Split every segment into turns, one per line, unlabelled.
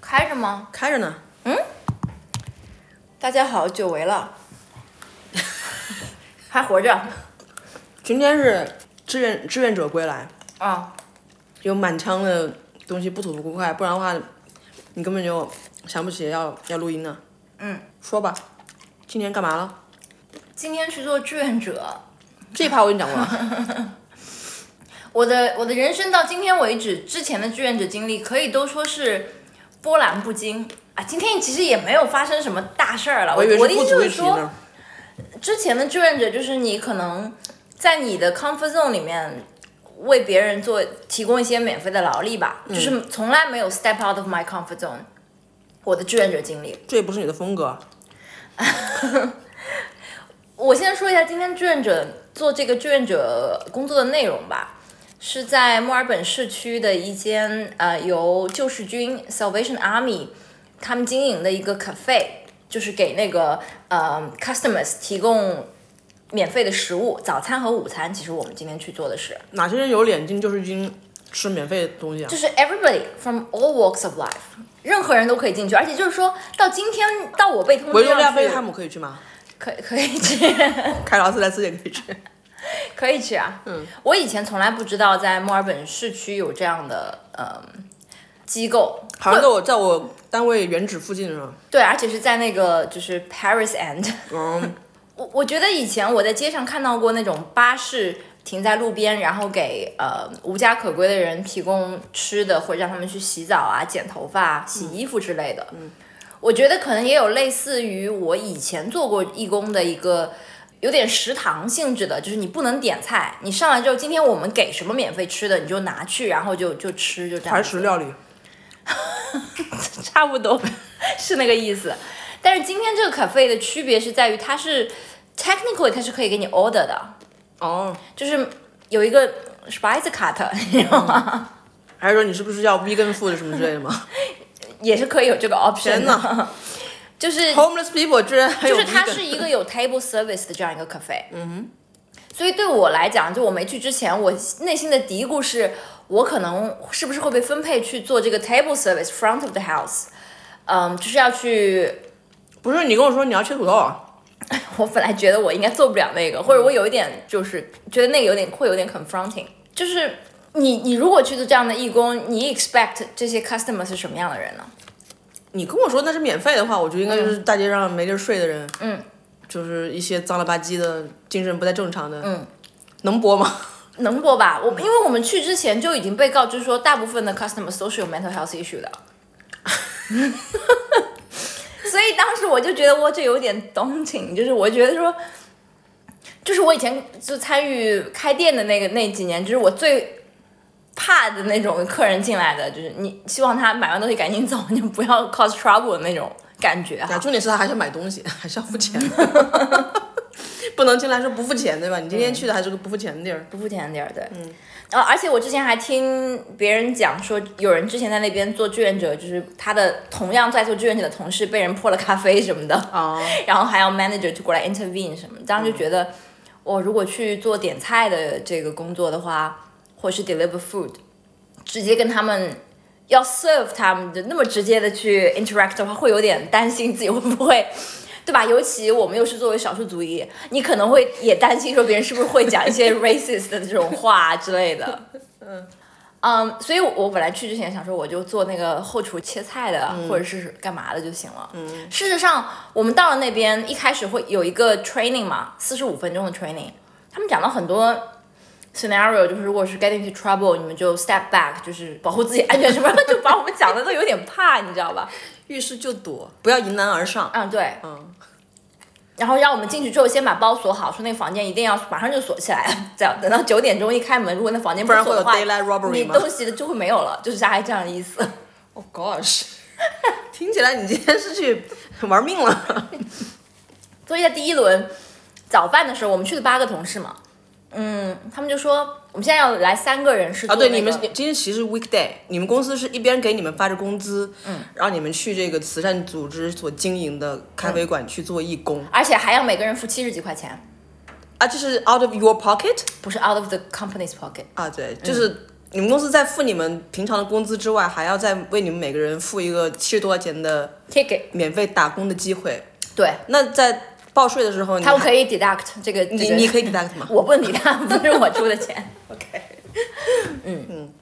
开着吗？
开着呢。
嗯。
大家好，久违了。
还活着。
今天是志愿志愿者归来，
啊、
有满腔的东西不吐不快，不然的话，你根本就想不起要要录音呢。
嗯，
说吧，今天干嘛了？
今天去做志愿者。
这一趴我跟你讲过 了。
我的我的人生到今天为止，之前的志愿者经历可以都说是波澜不惊啊。今天其实也没有发生什么大事儿了。我
以为
我
是
的意
不
思就
足
是
一提
说，
呢。
之前的志愿者就是你可能在你的 comfort zone 里面为别人做提供一些免费的劳力吧，
嗯
就是从来没有 step out of my comfort zone。我的志愿者经历，
这也不是你的风格。
我先说一下今天志愿者做这个志愿者工作的内容吧，是在墨尔本市区的一间呃由救世军 Salvation Army 他们经营的一个 cafe，就是给那个呃 customers 提供免费的食物，早餐和午餐。其实我们今天去做的是，
哪些人有脸进就是金吃免费的东西啊
就？是 everybody from all walks of life，任何人都可以进去，而且就是说到今天到我被通
维
知
多利亚
要
贝
去
克，汉姆可以去吗？
可以可以去。
凯劳斯莱斯也可以去。
可以去啊。嗯，我以前从来不知道在墨尔本市区有这样的嗯机构，
好像在我在我单位原址附近是吧？
对，而且是在那个就是 Paris End。
嗯，
我我觉得以前我在街上看到过那种巴士停在路边，然后给呃无家可归的人提供吃的，或者让他们去洗澡啊、剪头发、啊、洗衣服之类的。嗯，我觉得可能也有类似于我以前做过义工的一个。有点食堂性质的，就是你不能点菜，你上来之后，今天我们给什么免费吃的，你就拿去，然后就就吃，就这样。
排食料理。
差不多 是那个意思。但是今天这个 cafe 的区别是在于，它是 technically 它是可以给你 order 的，
哦，
就是有一个 spice cut，你 知道吗？
还是说你是不是要 vegan food 什么之类的吗？
也是可以有这个 option
天哪
的， 就是
，homeless people 居然还有
就
vegan,
是它是一个有 table service 的这样一个 cafe。嗯所以对我来讲，就我没去之前，我内心的嘀咕是，我可能是不是会被分配去做这个 table service front of the house，嗯，就是要去
不是你跟我说你要切土豆啊，
我本来觉得我应该做不了那个，或者我有一点就是觉得那个有点会有点 confronting，就是你你如果去做这样的义工，你 expect 这些 customer 是什么样的人呢？
你跟我说那是免费的话，我觉得应该就是大街上没地儿睡的人，嗯，就是一些脏了吧唧的、精神不太正常的，嗯，能播 吗？
能播吧？我因为我们去之前就已经被告知说，大部分的 customers 都是有 mental health issue 的， 所以当时我就觉得我这有点动情，就是我觉得说，就是我以前就参与开店的那个那几年，就是我最怕的那种客人进来的，就是你希望他买完东西赶紧走， 你不要 cause trouble 的那种感觉
啊，
哈。
重点是他还是买东西， 还是要付钱，不能进来说不付钱对吧？你今天去的还是个不付钱的地儿，
不付钱的地儿，对，嗯，呃，而且我之前还听别人讲说，有人之前在那边做志愿者，就是他的同样在做志愿者的同事被人泼了咖啡什么的，
哦，
然后还要 manager 就过来 intervene 什么，当时就觉得，我如果去做点菜的这个工作的话，或是 deliver food，直接跟他们要 serve 他们，就那么直接的去 interact 的话，会有点担心自己会不会。对吧？尤其我们又是作为少数族裔，你可能会也担心说别人是不是会讲一些 racist 的这种话啊之类的。嗯嗯，所以我本来去之前想说，我就做那个后厨切菜的，或者是干嘛的就行了。嗯，事实上，我们到了那边一开始会有一个 training 嘛，四十五分钟的 training，他们讲到很多 scenario，就是如果是 get into trouble，你们就 step back，就是保护自己安全什么的，就把我们讲的都有点怕，你知道吧？
遇事就躲，不要迎难而上。
嗯，对，
嗯，
然后让我们进去之后先把包锁好，说那个房间一定要马上就锁起来， 这样等到九点钟一开门，如果那房间
不然
锁
会
的
有
话，
daylight robbery
你
吗
东西的就会没有了， 就是大概这样的意思。
？Oh gosh，听起来你今天是去玩命了。
所以在第一轮早饭的时候，我们去了八个同事嘛，嗯，他们就说我们现在要来三个人是
啊，
做
对，
那
你们
个
你今天其实 weekday，你们公司是一边给你们发着工资，嗯，让你们去这个慈善组织所经营的咖
嗯
啡馆去做义工、
而且还要每个人付七十几块钱，
啊，就是 out of your pocket
不是 out of the company's pocket。
啊，对，就是你们公司在付你们平常的工资之外，还要再为你们每个人付一个七十多块钱的
ticket，
免费打工的机会。
对，
那在报税的时候，你
他们可以 deduct 这个，
你
这个
你可以 deduct 吗？
我不能理他，不是我出的钱。OK，嗯嗯，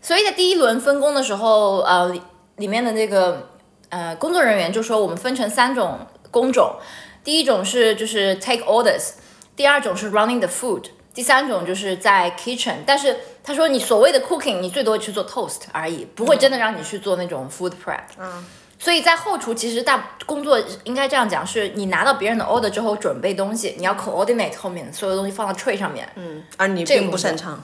所以在第一轮分工的时候，呃，里里面的那个呃工作人员就说我们分成三种工种，第一种是就是 take orders，第二种是 running the food，第三种就是在 kitchen。但是他说你所谓的 cooking，你最多去做 toast 而已，不会真的让你去做那种 food prep。所以在后厨，其实大工作应该这样讲，是你拿到别人的 order 之后准备东西，你要 coordinate 后面所有东西放到 tray 上面。嗯，
而你
这个
并不
工作
擅长。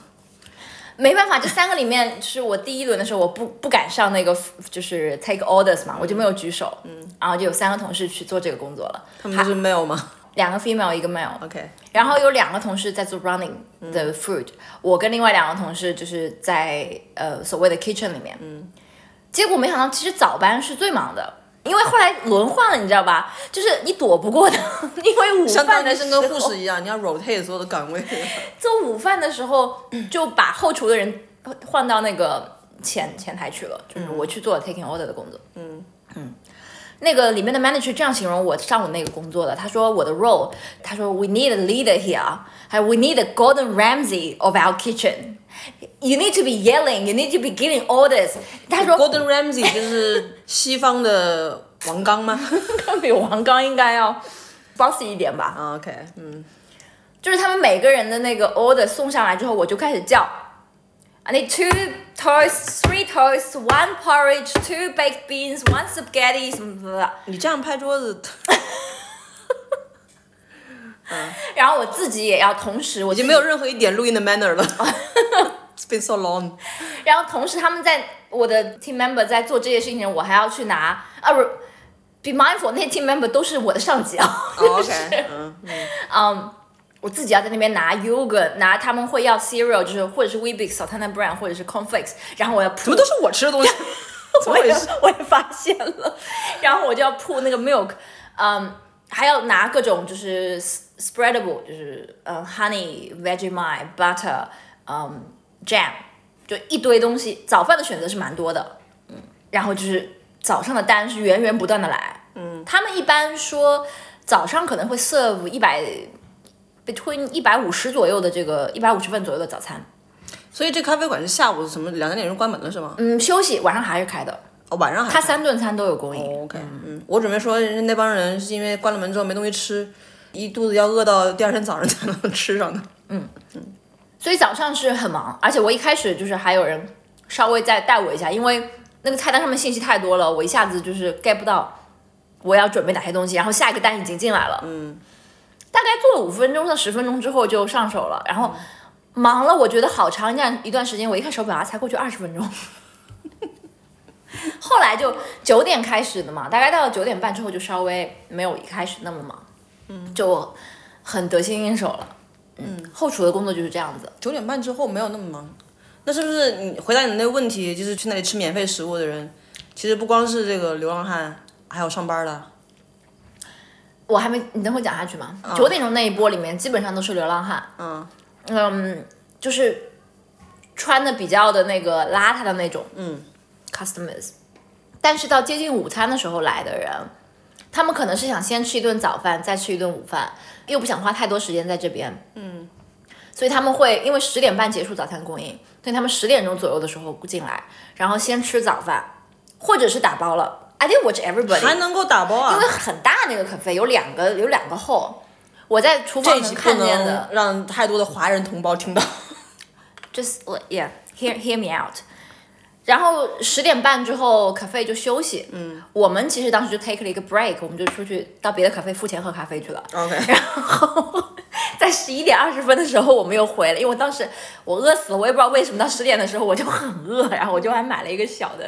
没办法，这三个里面是我第一轮的时候，我不不敢上那个就是 take orders 嘛，我就没有举手。嗯，然后就有三个同事去做这个工作了，
他们就是 mail 吗
两个 female 一个 male，
？OK，
然后有两个同事在做 running 的 food，、我跟另外两个同事就是在呃所谓的 kitchen 里面，嗯，结果没想到其实早班是最忙的，因为后来轮换了，你知道吧？就是你躲不过的， 因为午
相
饭的
当于
时
是
候
跟护士一样，你要 rotate 所有的岗位。
做午饭的时候就把后厨的人呃换到那个前前台去了，就是我去做 taking order 的工作。嗯嗯，那个里面的 manager 这样形容我上午那个工作的，他说我的 role，他说 we need a leader here，还有 we need a Gordon Ramsay of our kitchen。You need to be yelling. You need to be giving orders. 他说
Gordon Ramsay 就是西方的王刚吗
比王刚应该要 bossy 一点吧。
啊？OK，嗯，
就是他们每个人的那个 order 送上来之后，我就开始叫，I need two toasts, three toasts, one porridge, two baked beans, one spaghetti 什么什么的。
你这样拍桌子，
然后我自己也要同时，我
已
就
经没有任何一点录音的 manner 了。It's been so long。
然后同时他们在我的 team member 在做这些事情前，我还要去拿啊不。Be mindful，那些 team member 都是我的上级啊。
哦 OK，嗯，
我自己要在那边拿 yogurt，拿他们会要 cereal，就是或者是 Weebix、Sultana Brand 或者是 Cornflakes，然后我要铺
怎么都是我吃 的东西？怎
我
么回
也
事？
我也发现了， 然后我就要铺那个 milk，嗯，还要拿各种就是 s- spreadable，就是呃 honey、Vegemite、butter，嗯，jam，就一堆东西。早饭的选择是蛮多的，嗯，然后就是早上的单是源源不断的来，嗯，他们一般说早上可能会 serve 一百 between 一百五十左右的这个一百五十份左右的早餐，
所以这咖啡馆是下午什么两三点钟关门了是吗？
嗯，休息晚上还是开的，
哦，晚上还
它三顿餐都有供应。
哦 OK，嗯，我准备说人家那帮人是因为关了门之后没东西吃，一肚子要饿到第二天早上才能吃上的。
所以早上是很忙，而且我一开始就是还有人稍微再带我一下，因为那个菜单上面信息太多了，我一下子就是 get 不到我要准备哪些东西，然后下一个单已经进来了，嗯，大概做了五分钟到十分钟之后就上手了，然后忙了，我觉得好长一段一段时间，我一看手表啊，才过去二十分钟。 后来就九点开始的嘛，大概到九点半之后就稍微没有一开始那么忙，嗯，就很得心应手了。嗯，后厨的工作就是这样子。
九点半之后没有那么忙，那是不是你回答你那个问题，就是去那里吃免费食物的人，其实不光是这个流浪汉，还有上班的。
我还没，你等会讲下去嘛。九、点钟那一波里面，基本上都是流浪汉，
嗯，
嗯，就是穿的比较的那个邋遢的那种，嗯，customers。但是到接近午餐的时候来的人，他们可能是想先吃一顿早饭，再吃一顿午饭，又不想花太多时间在这边，嗯，所以他们会因为十点半结束早餐供应，所以他们十点钟左右的时候进来，然后先吃早饭，或者是打包了。I did watch everybody，
还能够打包啊
因为？ 很大那个 cafe 有两个有两个后，我在厨
这
房
一集
能
不
看见
能
的
让太多的华人同胞听到。
，just like- yeah hear hear me out。然后十点半之后，cafe 就休息。嗯，我们其实当时就 take 了一个 break，我们就出去到别的 cafe 付钱喝咖啡去了。
OK，
然后 在十一点二十分的时候，我们又回来，因为我当时我饿死了，我也不知道为什么到十点的时候我就很饿，然后我就还买了一个小的，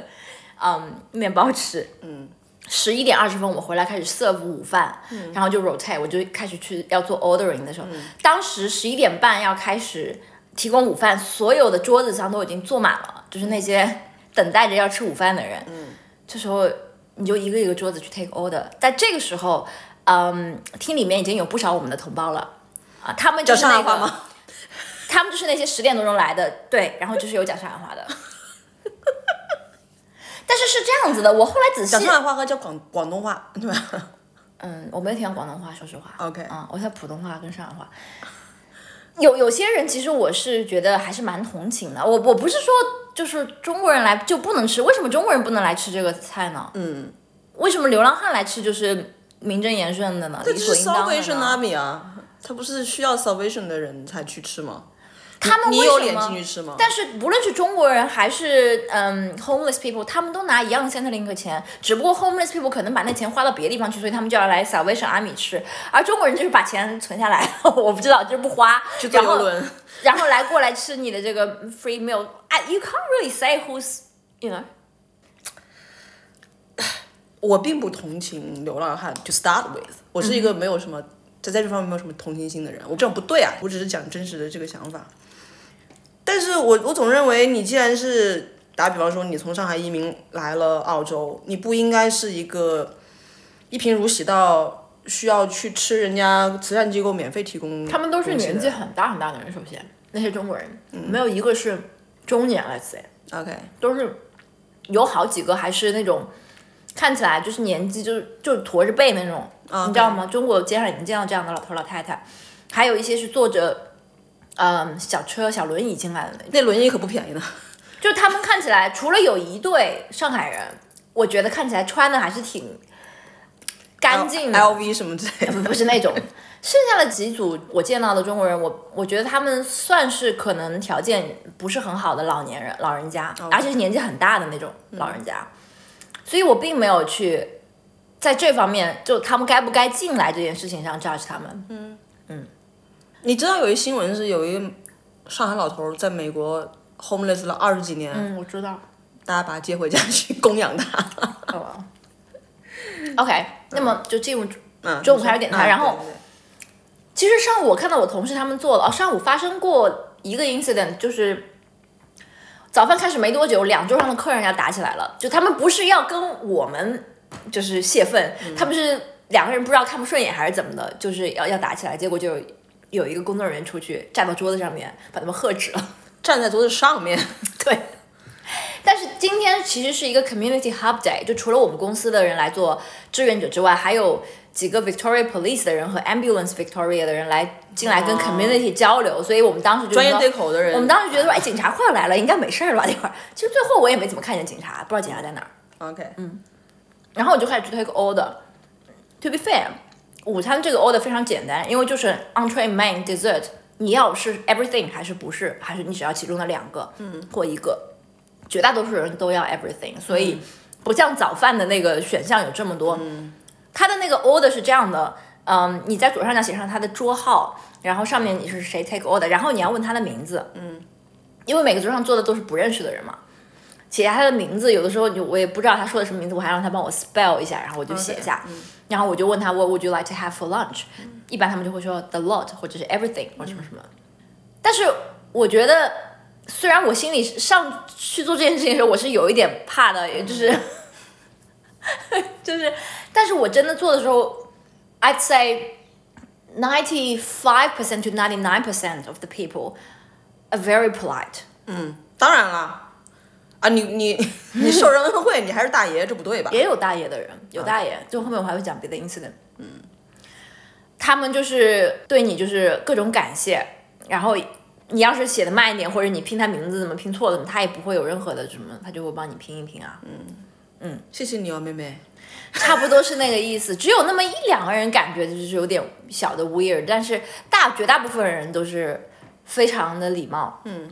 嗯，面包吃，嗯。十一点二十分，我回来开始 serve 午饭，然后就 rotate，我就开始去要做 ordering 的时候，当时十一点半要开始提供午饭，所有的桌子上都已经坐满了，就是那
嗯
些等待着要吃午饭的人。这时候你就一个一个桌子去 take order，在这个时候，嗯，厅里面已经有不少我们的同胞了啊，他们就
叫
是那
上海
个
话吗？
他们就是那些十点多钟来的，对，然后就是有讲上海话 的。但是是这样子的，我后来仔
讲
细，
上海话和讲广广东话，对吧？
嗯，我没有听到广东话，说实话。
OK
啊、我听普通话跟上海话。有有些人，其实我是觉得还是蛮同情的。我我不是说就是中国人来就不能吃，为什么中国人不能来吃这个菜呢？嗯，为什么流浪汉来吃就是名正言顺的呢？理
这
所
是
应当的
Salvation
呢？
Army 啊，他不是需要 Salvation 的人才去吃吗？
他们
你
为
有
什
脸
么
进去吃吗？
但是无论是中国人还是嗯 homeless people，他们都拿一样的 Centerlink 的钱，只不过 homeless people 可能把那钱花到别的地方去，所以他们就要来 Salvation Army 吃，而中国人就是把钱存下来， 我不知道就是不花，
去坐
然
游
后
轮，
然后来过来吃你的这个 free meal。哎，you can't really say who's you know。
我并不同情流浪汉。To start with，我是一
嗯
个没有什么、在在这方面没有什么同情心的人。我这样不对啊，我只是讲真实的这个想法。但是我我总认为，你既然是打比方说你从上海移民来了澳洲，你不应该是一个一贫如洗到需要去吃人家慈善机构免费提供东西的人。嗯
他们都是年纪很大很大的人，首先那些中国人、没有一个是中年，let's say，
OK，
都是
有好几个还是那种看起来就是年纪就是就驼着背那种
啊
你知道吗？中国街上已经见到这样的老头老太太，还有一些是坐着嗯小车小轮椅进来的那种。
那轮椅可不便宜呢。
就他们看起来，除了有一对上海人，我觉得看起来穿的还是挺干净的
L V 什么之类的。
不不是那种。剩下的几组我见到的中国人，我我觉得他们算是可能条件不是很好的老年人、老人家，
哦
而且是年纪很大的那种
嗯
老人家，所以我并没有去在这方面就他们该不该进来这件事情上 judge 他们。
你知道有一新闻是有一个上海老头儿在美国 homeless 了二十几年，
嗯，我知道，
大家把他接回家去供养他。
哦 OK，那么就进入
嗯，
中午还有点菜
嗯
然后
对对对
其实上午我看到我同事他们做了，哦，上午发生过一个 incident，就是早饭开始没多久，两桌上的客人要打起来了，就他们不是要跟我们就是泄愤，他们是两个人不知道看不顺眼还是怎么的，就是要要打起来，结果就有有一个工作人员出去站到桌子上面把他们喝止了。
站在桌子上面，
对。但是今天其实是一个 community hub day，就除了我们公司的人来做志愿者之外，还有几个 Victoria Police 的人和 Ambulance Victoria 的人来进来跟 community 交流，所以我们当时就
哦专业
说
对口的人
我们当时觉得说，哎，警察快要来了，应该没事儿了吧？那会儿，其实最后我也没怎么看见警察，不知道警察在哪儿。
OK，嗯，
然后我就开始去推个 order。To be fair，午餐这个 order 非常简单，因为就是 entree、main、dessert，你要是 everything 还是不是，还是你只要其中的两个，嗯，或一个。绝大多数人都要 everything，所以不像早饭的那个选项有这么多。它的那个 order 是这样的，嗯，你在左上角写上他的桌号，然后上面你是谁 take order，然后你要问他的名字，嗯，因为每个桌上坐的都是不认识的人嘛。写下他的名字，有的时候你我也不知道他说的什么名字，我还让他帮我 spell 一下，然后我就写一下然后我就问他 What would you like to have for lunch？、一般他们就会说 the lot 或者是 everything 或者什么什么。但是我觉得，虽然我心里上去做这件事情的时候，我是有一点怕的，也就是 就是，但是我真的做的时候，I'd say ninety five percent to ninety nine percent of the people are very polite。
当然啦，啊，你 你你受人恩惠，你还是大爷，这不对吧？
也有大爷的人，有大爷，就后面我还会讲别的 incident。嗯，他们就是对你就是各种感谢，然后你要是写的慢一点，或者你拼他名字怎么拼错了，他也不会有任何的什么，他就会帮你拼一拼啊，
谢谢你哦，妹妹。
差不多是那个意思。只有那么一两个人感觉就是有点小的 weird，但是大绝大部分人都是非常的礼貌，嗯，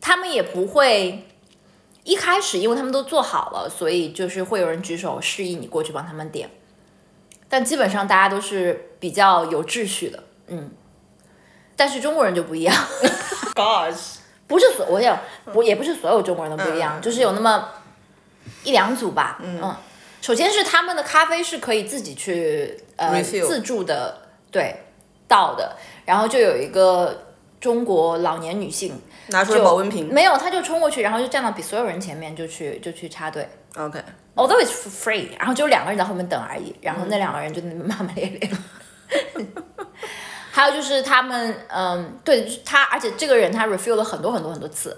他们也不会。一开始，因为他们都做好了，所以就是会有人举手示意你过去帮他们点。但基本上大家都是比较有秩序的，嗯。但是中国人就不一样，
Gosh，
不是所我也
嗯
不也不是所有中国人都不一样，就是有那么一两组吧，嗯。首先是他们的咖啡是可以自己去呃
Refill
自助的，对倒的，然后就有一个中国老年女性
拿出
就
了保温瓶。
没有，她就冲过去，然后就站到比所有人前面，就去就去插队。
OK，
although it's free，然后就两个人在后面等而已，然后那两个人就那边骂骂咧咧。还有就是他们，嗯，对就是他，而且这个人他 refill 了很多很多很多次，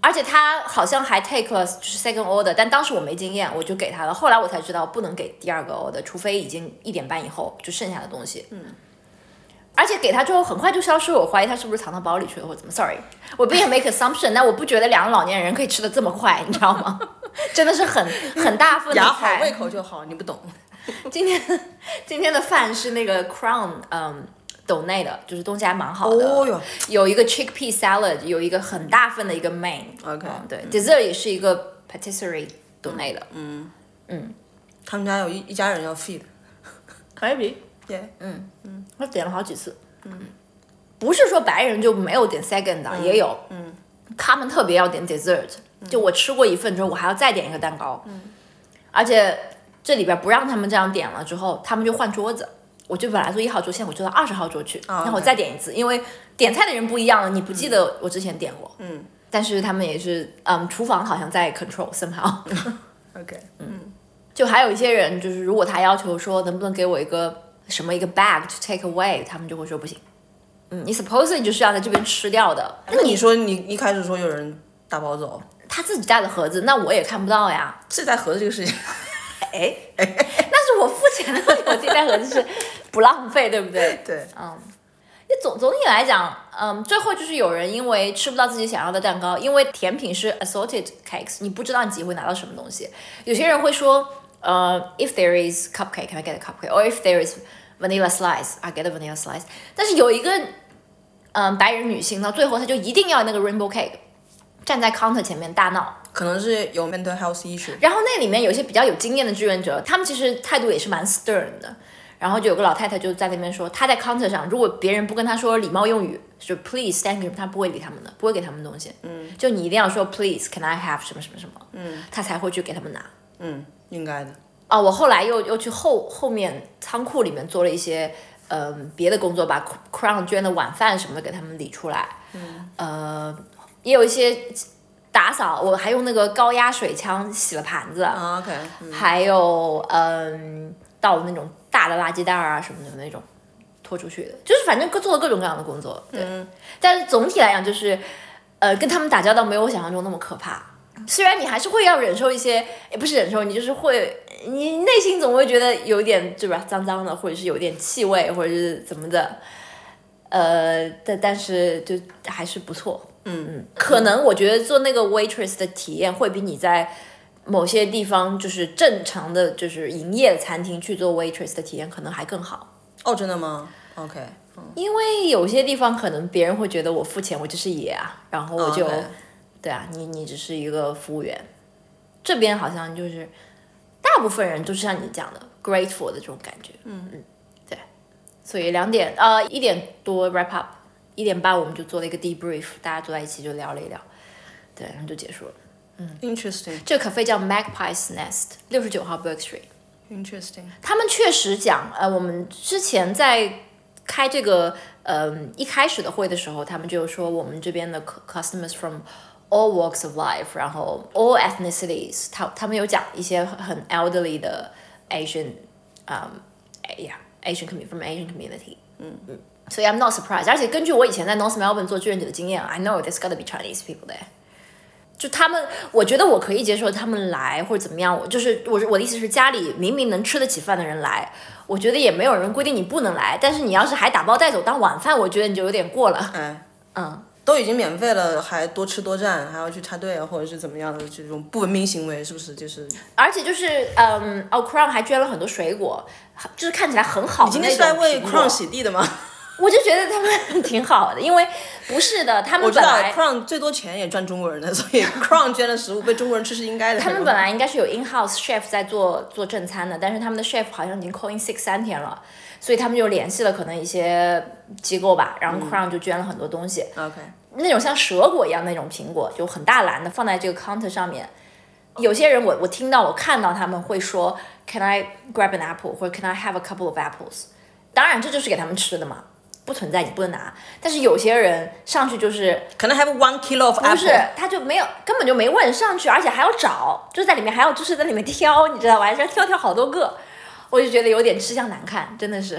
而且他好像还 take 了就是 second order，但当时我没经验，我就给他了。后来我才知道不能给第二个 order，除非已经一点半以后就剩下的东西。嗯。而且给他之后很快就消失，我怀疑他是不是藏到包里去了或者怎么？Sorry，我并且 make assumption，但我不觉得两个老年人可以吃的这么快，你知道吗？ 真的是很很大份的
牙好
菜。
胃口就好，你不懂。
今天 今天的饭是那个 Crown，嗯，斗内的，就是东家蛮好的。
哦哟
有一个 chickpea salad，有一个很大份的一个 main。
OK
嗯对，dessert 也是一个 patisserie 斗内的。
他们家有一一家人要 feed，
maybe
耶、
嗯
我点了好几次，
不是说白人就没有点 second 的，也有。嗯嗯，他们特别要点 dessert，就我吃过一份之后，我还要再点一个蛋糕。嗯，而且这里边不让他们这样点了之后，他们就换桌子。我就本来坐一号桌，现在我坐到二十号桌去，然后我
OK
再点一次，因为点菜的人不一样了，你不记得我之前点过。
嗯，
但是他们也是，嗯，厨房好像在 control somehow。
o k
就还有一些人，就是如果他要求说能不能给我一个什么一个 bag to take away，他们就会说不行。嗯，你 supposedly 就是要在这边吃掉的，
那你说你一开始说有人打包走，
他自己带的盒子，那我也看不到呀。
自己带盒子这个事情，
哎，那是我付钱的问题，我自己带盒子是不浪费，对不对？
对，
那总总体来讲，嗯，最后就是有人因为吃不到自己想要的蛋糕，因为甜品是 assorted cakes，你不知道你自己会拿到什么东西。有些人会说，呃，if there is cupcake, can I get a cupcake? Or if there is vanilla slice, I get a vanilla slice. 但是有一个，嗯，白人女性到最后她就一定要那个 rainbow cake，站在 counter 前面大闹。
可能是有 mental health issue。
然后那里面有一些比较有经验的志愿者，他们其实态度也是蛮 stern 的。然后就有个老太太就在那边说，她在 counter 上，如果别人不跟她说礼貌用语，就 please thank you，她不会理他们的，不会给他们东西。嗯，就你一定要说 please can I have 什么什么什么，嗯，她才会去给他们拿。
嗯，应该的。
哦，我后来又又去后后面仓库里面做了一些嗯、呃别的工作，把 Crown 捐的晚饭什么的给他们理出来。嗯，呃，也有一些打扫，我还用那个高压水枪洗了盘子。
啊 OK，嗯
还有嗯，倒了那种大的垃圾袋儿啊什么的那种拖出去的，就是反正各做了各种各样的工作，对。但是总体来讲，就是呃，跟他们打交道没有我想象中那么可怕。虽然你还是会要忍受一些，也不是忍受，你就是会，你内心总会觉得有点对吧，脏脏的，或者是有点气味，或者是怎么的，呃，但但是就还是不错，嗯嗯，可能我觉得做那个 waitress 的体验会比你在某些地方就是正常的就是营业的餐厅去做 waitress 的体验可能还更好，
哦，真的吗？OK，嗯
因为有些地方可能别人会觉得我付钱我就是野啊，然后我就
OK
对啊，你你只是一个服务员，这边好像就是大部分人都是像你讲的 grateful 的这种感觉，嗯嗯，对，所以两点呃一点多 wrap up，一点半我们就做了一个 debrief，大家坐在一起就聊了一聊，对，然后就结束了。
嗯 Interesting，interesting。
这个 cafe 叫 Magpie's Nest，六十九号 Berk Street。他们确实讲，呃，我们之前在开这个，呃，一开始的会的时候，他们就说我们这边的 cu- customers from all walks of life，然后 all ethnicities，他他们有讲一些很 elderly 的 Asian，嗯，哎呀，Asian community from Asian community，嗯嗯，所以 I'm not surprised。而且根据我以前在 North Melbourne 做志愿者的经验，I 啊 know there's gotta be Chinese people there。就他们，我觉得我可以接受他们来或者怎么样，我就是我是我的意思是，家里明明能吃得起饭的人来，我觉得也没有人规定你不能来，但是你要是还打包带走当晚饭，我觉得你就有点过了。
哎，
嗯，
都已经免费了，还多吃多占，还要去插队啊，或者是怎么样的这种不文明行为，是不是？就是你
而且就是嗯，哦，Crown 还捐了很多水果，就是看起来很好的
今
那
天
种
是来
苹
为
果
Crown 洗地 的吗？
我就觉得他们挺好的，因为不是的，他
我
们
知
本
道
来
Crown 最多钱也赚中国人的，所以 Crown 捐的食物被中国人吃是应该的。
他们本来应该是有 in house chef 在做做正餐的，但是他们的 chef 好像已经 call in sick 三天了，所以他们就联系了可能一些机构吧，然后 Crown 就捐了很多东西，
OK，
那种像蛇果一样那种苹果，就很大篮的放在这个 counter 上面。有些人我我听到我看到他们会说 Can I grab an apple 或者 Can I have a couple of apples？当然这就是给他们吃的嘛，不存在你不能拿。但是有些人上去就是
可能还有 one kilo of
不
apple。
是，他就没有根本就没问上去，而且还要找，就在里面还要就是在里面挑，你知道吧？还是要挑挑好多个，我就觉得有点吃相难看，真的是。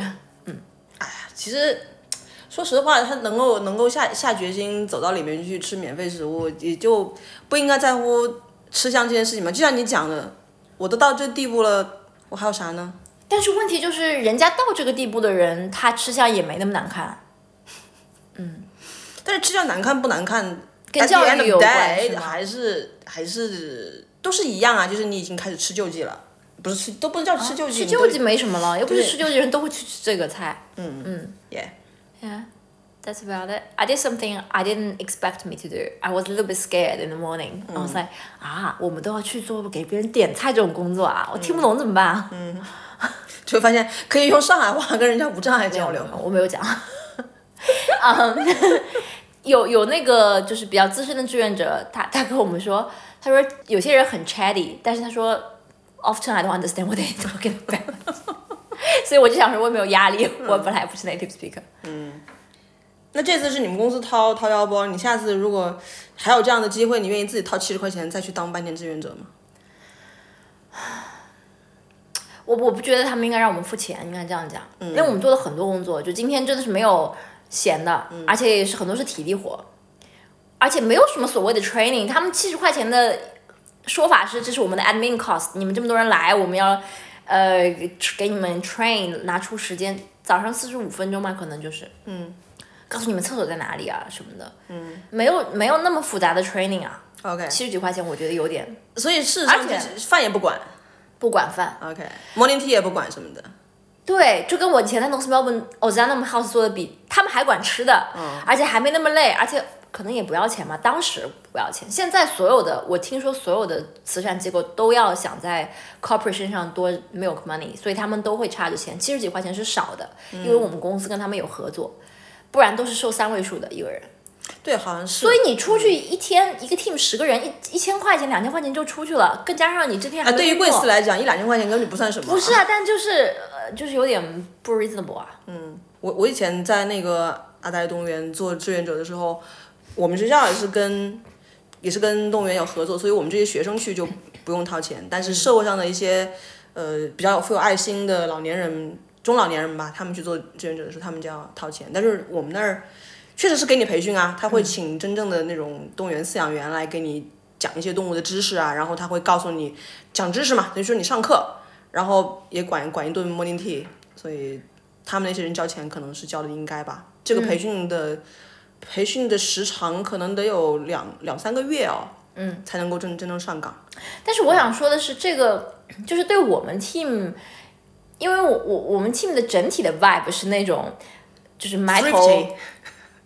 其实说实话，他能够能够下下决心走到里面去吃免费食物，也就不应该在乎吃相这件事情嘛。就像你讲的，我都到这地步了，我还有啥呢？
但是问题就是，人家到这个地步的人，他吃相也没那么难看，
但是吃相难看不难看，
跟
at the
教
end
育
of
有
the
关
day，
是吗？
还是还是都是一样啊，就是你已经开始吃救济了，不是吃都不能叫吃救济，
啊吃
你
救
都
济没什么了，又不是
对
吃救济人都会去吃这个菜。
耶。
嗯 Yeah, that's about it. I did something I didn't expect me to do. I was a little bit scared in the morning. I was like, 啊，我们都要去做给别人点菜这种工作啊，我听不懂怎么办啊？
就会发现可以用上海话跟人家无障碍交流。
我没有讲。 嗯，有有那个就是比较资深的志愿者，他他跟我们说，他说有些人很 chatty，但是他说 often I don't understand what they talking about。所以我就想说，我也没有压力，我本来也不是 native speaker。
那这次是你们公司掏掏腰包，你下次如果还有这样的机会，你愿意自己掏七十块钱再去当半天志愿者吗？
我我不觉得他们应该让我们付钱，应该这样讲，因为我们做了很多工作，就今天真的是没有闲的，而且也是很多是体力活，而且没有什么所谓的 training，他们七十块钱的说法是这是我们的 admin cost，你们这么多人来，我们要呃给你们 train 拿出时间，早上四十五分钟吧，可能就是，嗯，告诉你们厕所在哪里啊什么的，嗯，没有没有那么复杂的 training 啊，
OK，
七十几块钱我觉得有点
所以事实上
而
就
且
是饭也不管
不管饭。
，OK，morning tea 也不管什么的。
对，就跟我以前在 North Melbourne Ozanam House 做的比，他们还管吃的，
嗯
而且还没那么累，而且可能也不要钱嘛，当时不要钱。现在所有的，我听说所有的慈善机构都要想在 corporate 身上多 milk money，所以他们都会差着
嗯
钱，七十几块钱是少的，因为我们公司跟他们有合作，不然都是收三位数的一个人。
对，好像是。
所以你出去一天一个 team 十个人，一一千块钱、两千块钱就出去了，更加上你这天还
啊，
没
对于
工
贵
作
司来讲，一两千块钱根本不算什么。
不是啊，但就是呃，就是有点不 reasonable 啊。
我我以前在那个阿呆动物园做志愿者的时候，我们学校也是跟也是跟动物园有合作，所以我们这些学生去就不用掏钱。但是社会上的一些呃比较有富有爱心的老年人、中老年人吧，他们去做志愿者的时候，他们就要掏钱。但是我们那儿确实是给你培训啊，他会请真正的那种动物园饲养员来给你讲一些动物的知识啊，然后他会告诉你讲知识嘛，等于说你上课，然后也管管一顿 morning tea，所以。他们那些人交钱可能是交的应该吧。这个培训的、培训的时长可能得有两两三个月哦，嗯，才能够真真正上岗。
但是我想说的是，这个就是对我们 team，因为我我我们 team 的整体的 vibe 是那种就是埋头
Thrifty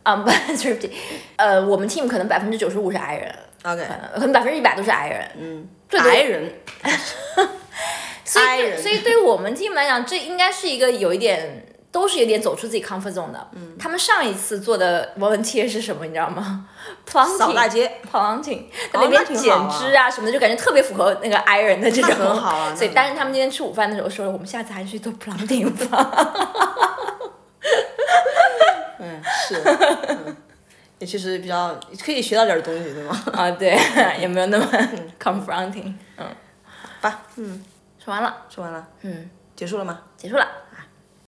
啊 不 thrifty，呃，我们 team 可能百分之九十五是 I 人，
OK，
呃可能百分之一百都是 I 人，嗯，最多
白人
所以
I
对
人
所以对我们 team 来讲，这应该是一个有一点。都是有点走出自己 comfort zone 的。嗯，他们上一次做的 volunteer 是什么，你知道吗？Planting，
扫大街，
planting，在
哦
那
那
边
挺
剪
好啊
枝啊什么的，就感觉特别符合那个 i 人的这种。
那很好啊
所以
那很好，
但是他们今天吃午饭的时候说，我们下次还是去做 planting 吧。
嗯，是，嗯也其实比较可以学到点东西，对吗？
啊， 对，也没有那么 confronting。嗯，
吧，嗯，
说完了，
说完了，嗯，结束了吗？
结束了。